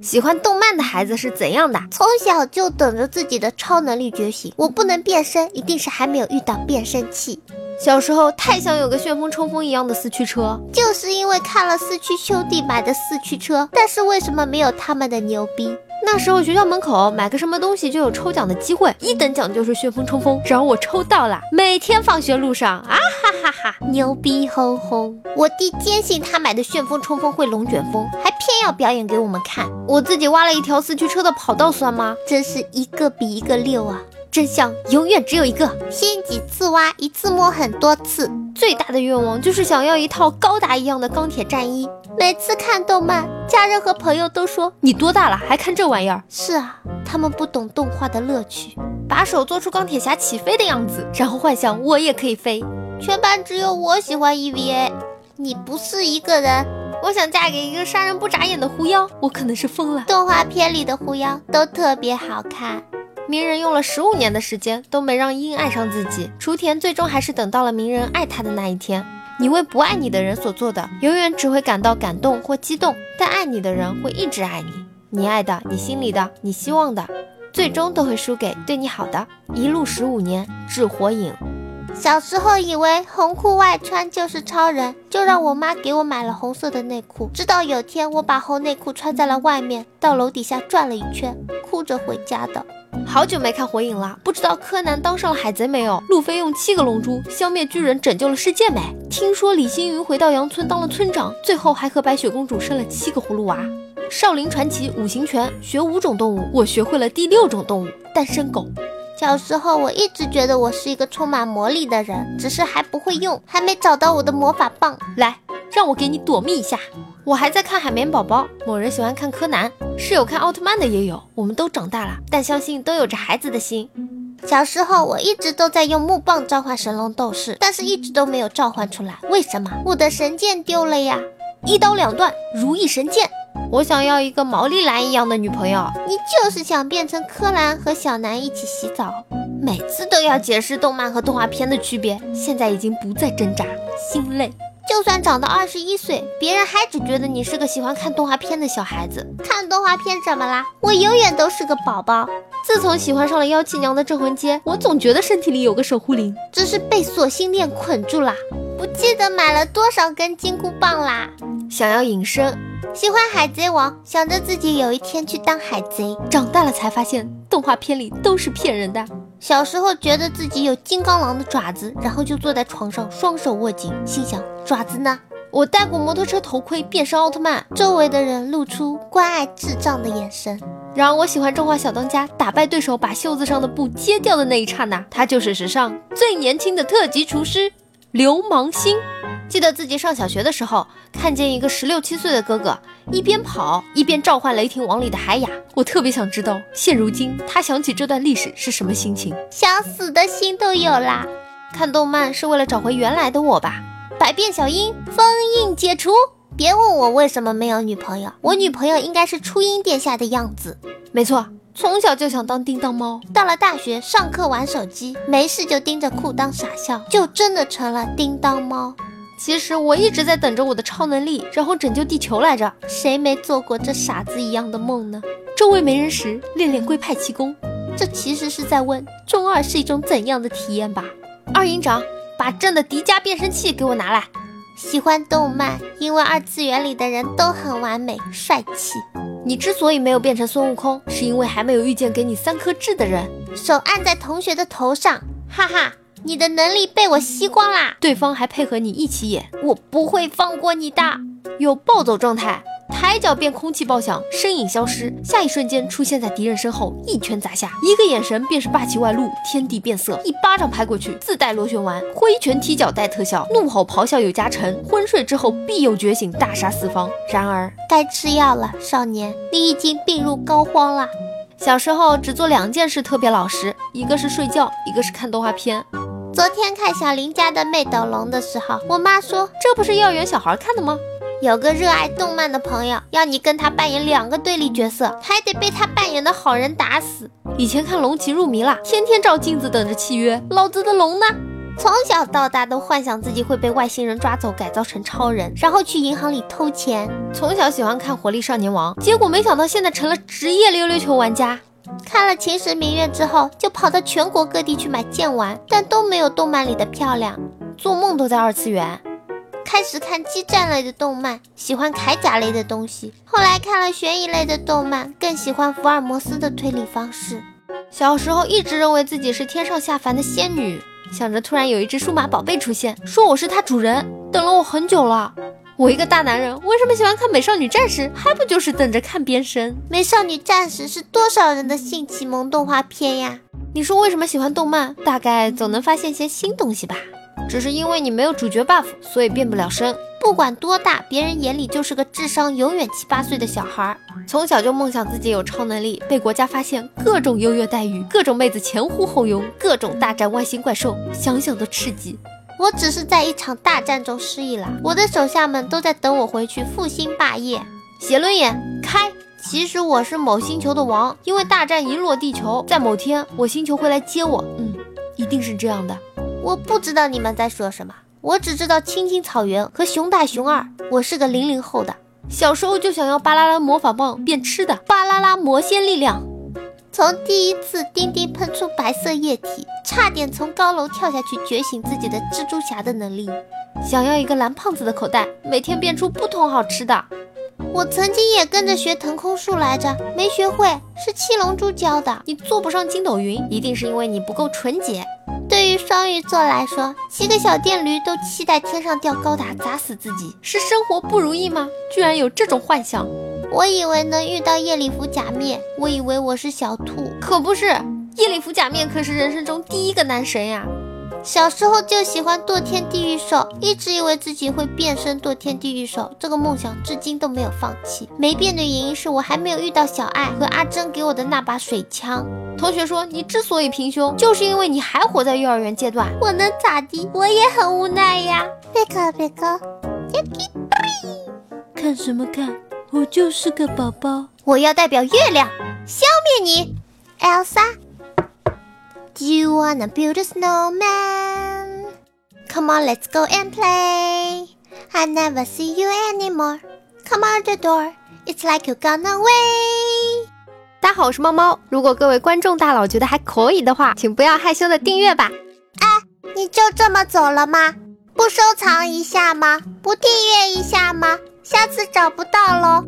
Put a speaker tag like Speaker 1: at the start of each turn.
Speaker 1: 喜欢动漫的孩子是怎样的？
Speaker 2: 从小就等着自己的超能力觉醒。我不能变身，一定是还没有遇到变声器。
Speaker 1: 小时候太想有个旋风冲锋一样的四驱车，
Speaker 2: 就是因为看了四驱兄弟买的四驱车，但是为什么没有他们的牛逼？
Speaker 1: 那时候学校门口买个什么东西就有抽奖的机会，一等奖就是旋风冲锋，然后我抽到了，每天放学路上啊哈哈哈，
Speaker 2: 牛逼哄哄！我弟坚信他买的旋风冲锋会龙卷风，还偏要表演给我们看。
Speaker 1: 我自己挖了一条四驱车的跑道算吗？
Speaker 2: 真是一个比一个溜啊！
Speaker 1: 真相永远只有一个，
Speaker 2: 先几次挖，一次摸很多次。
Speaker 1: 最大的愿望就是想要一套高达一样的钢铁战衣。
Speaker 2: 每次看动漫，家人和朋友都说
Speaker 1: 你多大了还看这玩意儿？
Speaker 2: 是啊，他们不懂动画的乐趣。
Speaker 1: 把手做出钢铁侠起飞的样子，然后幻想我也可以飞。
Speaker 2: 全班只有我喜欢 EVA，你不是一个人。
Speaker 1: 我想嫁给一个杀人不眨眼的狐妖，我可能是疯了。
Speaker 2: 动画片里的狐妖都特别好看。
Speaker 1: 鸣人用了十五年的时间都没让鹰爱上自己，雏田最终还是等到了鸣人爱他的那一天。你为不爱你的人所做的，永远只会感到感动或激动，但爱你的人会一直爱你。你爱的，你心里的，你希望的，最终都会输给对你好的。一路十五年，至火影。
Speaker 2: 小时候以为红裤外穿就是超人，就让我妈给我买了红色的内裤。直到有天我把红内裤穿在了外面，到楼底下转了一圈，哭着回家的。
Speaker 1: 好久没看火影了，不知道柯南当上了海贼没有？路飞用七个龙珠消灭巨人，拯救了世界没？听说李星云回到阳村当了村长，最后还和白雪公主生了七个葫芦娃。少林传奇五行拳学五种动物，我学会了第六种动物单身狗。
Speaker 2: 小时候我一直觉得我是一个充满魔力的人，只是还不会用，还没找到我的魔法棒。
Speaker 1: 来，让我给你躲避一下。我还在看《海绵宝宝》，某人喜欢看柯南，是有看奥特曼的也有。我们都长大了，但相信都有着孩子的心。
Speaker 2: 小时候我一直都在用木棒召唤神龙斗士，但是一直都没有召唤出来，为什么？我的神剑丢了呀！
Speaker 1: 一刀两断，如意神剑。我想要一个毛利兰一样的女朋友。
Speaker 2: 你就是想变成柯南和小南一起洗澡，
Speaker 1: 每次都要解释动漫和动画片的区别，现在已经不再挣扎，心累。
Speaker 2: 就算长到二十一岁，别人还只觉得你是个喜欢看动画片的小孩子。看动画片怎么啦？我永远都是个宝宝。
Speaker 1: 自从喜欢上了妖气娘的镇魂街，我总觉得身体里有个守护灵，
Speaker 2: 只是被锁心链捆住啦。不记得买了多少根金箍棒啦。
Speaker 1: 想要隐身，
Speaker 2: 喜欢海贼王，想着自己有一天去当海贼。
Speaker 1: 长大了才发现，动画片里都是骗人的。
Speaker 2: 小时候觉得自己有金刚狼的爪子，然后就坐在床上双手握紧，心想爪子呢？
Speaker 1: 我戴过摩托车头盔变身奥特曼，
Speaker 2: 周围的人露出关爱智障的眼神。
Speaker 1: 然而我喜欢《中华小当家》，打败对手把袖子上的布揭掉的那一刹那，他就是史上最年轻的特级厨师流氓星。记得自己上小学的时候，看见一个十六七岁的哥哥一边跑一边召唤《雷霆王》里的海雅，我特别想知道，现如今他想起这段历史是什么心情，
Speaker 2: 想死的心都有啦。
Speaker 1: 看动漫是为了找回原来的我吧？
Speaker 2: 百变小樱封印解除，别问我为什么没有女朋友，我女朋友应该是初音殿下的样子。
Speaker 1: 没错，从小就想当叮当猫，
Speaker 2: 到了大学上课玩手机，没事就盯着裤裆傻笑，就真的成了叮当猫。
Speaker 1: 其实我一直在等着我的超能力，然后拯救地球来着。
Speaker 2: 谁没做过这傻子一样的梦呢？
Speaker 1: 周围没人时，练练龟派气功。
Speaker 2: 这其实是在问中二是一种怎样的体验吧。
Speaker 1: 二营长，把朕的迪迦变声器给我拿来。
Speaker 2: 喜欢动漫，因为二次元里的人都很完美帅气。
Speaker 1: 你之所以没有变成孙悟空，是因为还没有遇见给你三颗痣的人。
Speaker 2: 手按在同学的头上，哈哈。你的能力被我吸光啦！
Speaker 1: 对方还配合你一起演，
Speaker 2: 我不会放过你的。
Speaker 1: 有暴走状态，抬脚变空气爆响，身影消失，下一瞬间出现在敌人身后，一拳砸下，一个眼神便是霸气外露，天地变色。一巴掌拍过去，自带螺旋丸，挥拳踢脚带特效，怒吼咆哮有加成。昏睡之后必有觉醒，大杀四方。然而
Speaker 2: 该吃药了，少年，你已经病入膏肓了。
Speaker 1: 小时候只做两件事特别老实，一个是睡觉，一个是看动画片。
Speaker 2: 昨天看小林家的《妹斗龙》的时候，我妈说：“
Speaker 1: 这不是幼儿园小孩看的吗？”
Speaker 2: 有个热爱动漫的朋友，要你跟他扮演两个对立角色，还得被他扮演的好人打死。
Speaker 1: 以前看龙骑入迷啦，天天照镜子等着契约，老子的龙呢？
Speaker 2: 从小到大都幻想自己会被外星人抓走，改造成超人，然后去银行里偷钱。
Speaker 1: 从小喜欢看《活力少年王》，结果没想到现在成了职业溜溜球玩家。
Speaker 2: 看了《秦时明月》之后，就跑到全国各地去买剑玩，但都没有动漫里的漂亮。
Speaker 1: 做梦都在二次元。
Speaker 2: 开始看激战类的动漫，喜欢铠甲类的东西。后来看了悬疑类的动漫，更喜欢福尔摩斯的推理方式。
Speaker 1: 小时候一直认为自己是天上下凡的仙女，想着突然有一只数码宝贝出现，说我是它主人。等了我很久了，我一个大男人为什么喜欢看《美少女战士》，还不就是等着看变身？
Speaker 2: 《美少女战士》是多少人的性启蒙动画片呀？
Speaker 1: 你说为什么喜欢动漫？大概总能发现些新东西吧。只是因为你没有主角 buff，所以变不了身。
Speaker 2: 不管多大，别人眼里就是个智商永远七八岁的小孩儿。
Speaker 1: 从小就梦想自己有超能力，被国家发现，各种优越待遇，各种妹子前呼后拥，各种大战外星怪兽，想想都刺激。
Speaker 2: 我只是在一场大战中失忆了，我的手下们都在等我回去复兴霸业。
Speaker 1: 写轮眼开。其实我是某星球的王，因为大战一落地球，在某天我星球会来接我。嗯，一定是这样的。
Speaker 2: 我不知道你们在说什么，我只知道《青青草原》和《熊大熊二》。我是个零零后的，
Speaker 1: 小时候就想要巴啦啦魔法棒变吃的，巴啦啦魔仙力量。
Speaker 2: 从第一次丁丁喷出白色液体，差点从高楼跳下去，觉醒自己的蜘蛛侠的能力。
Speaker 1: 想要一个蓝胖子的口袋，每天变出不同好吃的。
Speaker 2: 我曾经也跟着学腾空术来着，没学会，是七龙珠教的。
Speaker 1: 你坐不上筋斗云，一定是因为你不够纯洁。
Speaker 2: 对于双鱼座来说，骑个小电驴都期待天上掉高达砸死自己，
Speaker 1: 是生活不如意吗？居然有这种幻想！
Speaker 2: 我以为能遇到夜里服假面，我以为我是小兔，
Speaker 1: 可不是。夜里服假面可是人生中第一个男神呀！
Speaker 2: 小时候就喜欢堕天地狱兽，一直以为自己会变身堕天地狱兽，这个梦想至今都没有放弃。没变的原因是我还没有遇到小爱和阿珍给我的那把水枪。
Speaker 1: 同学说，你之所以平胸，就是因为你还活在幼儿园阶段。
Speaker 2: 我能咋地？我也很无奈呀。别搞，别搞，
Speaker 3: 看什么看？我就是个宝宝。
Speaker 2: 我要代表月亮消灭你，Elsa。Do you wanna build a snowman? Come on, let's go and play. I never see you anymore. Come out the door. It's like you gone away.
Speaker 1: 大家好，我是猫猫。如果各位观众大佬觉得还可以的话，请不要害羞的订阅吧。
Speaker 2: 你就这么走了吗？不收藏一下吗？不订阅一下吗？下次找不到喽。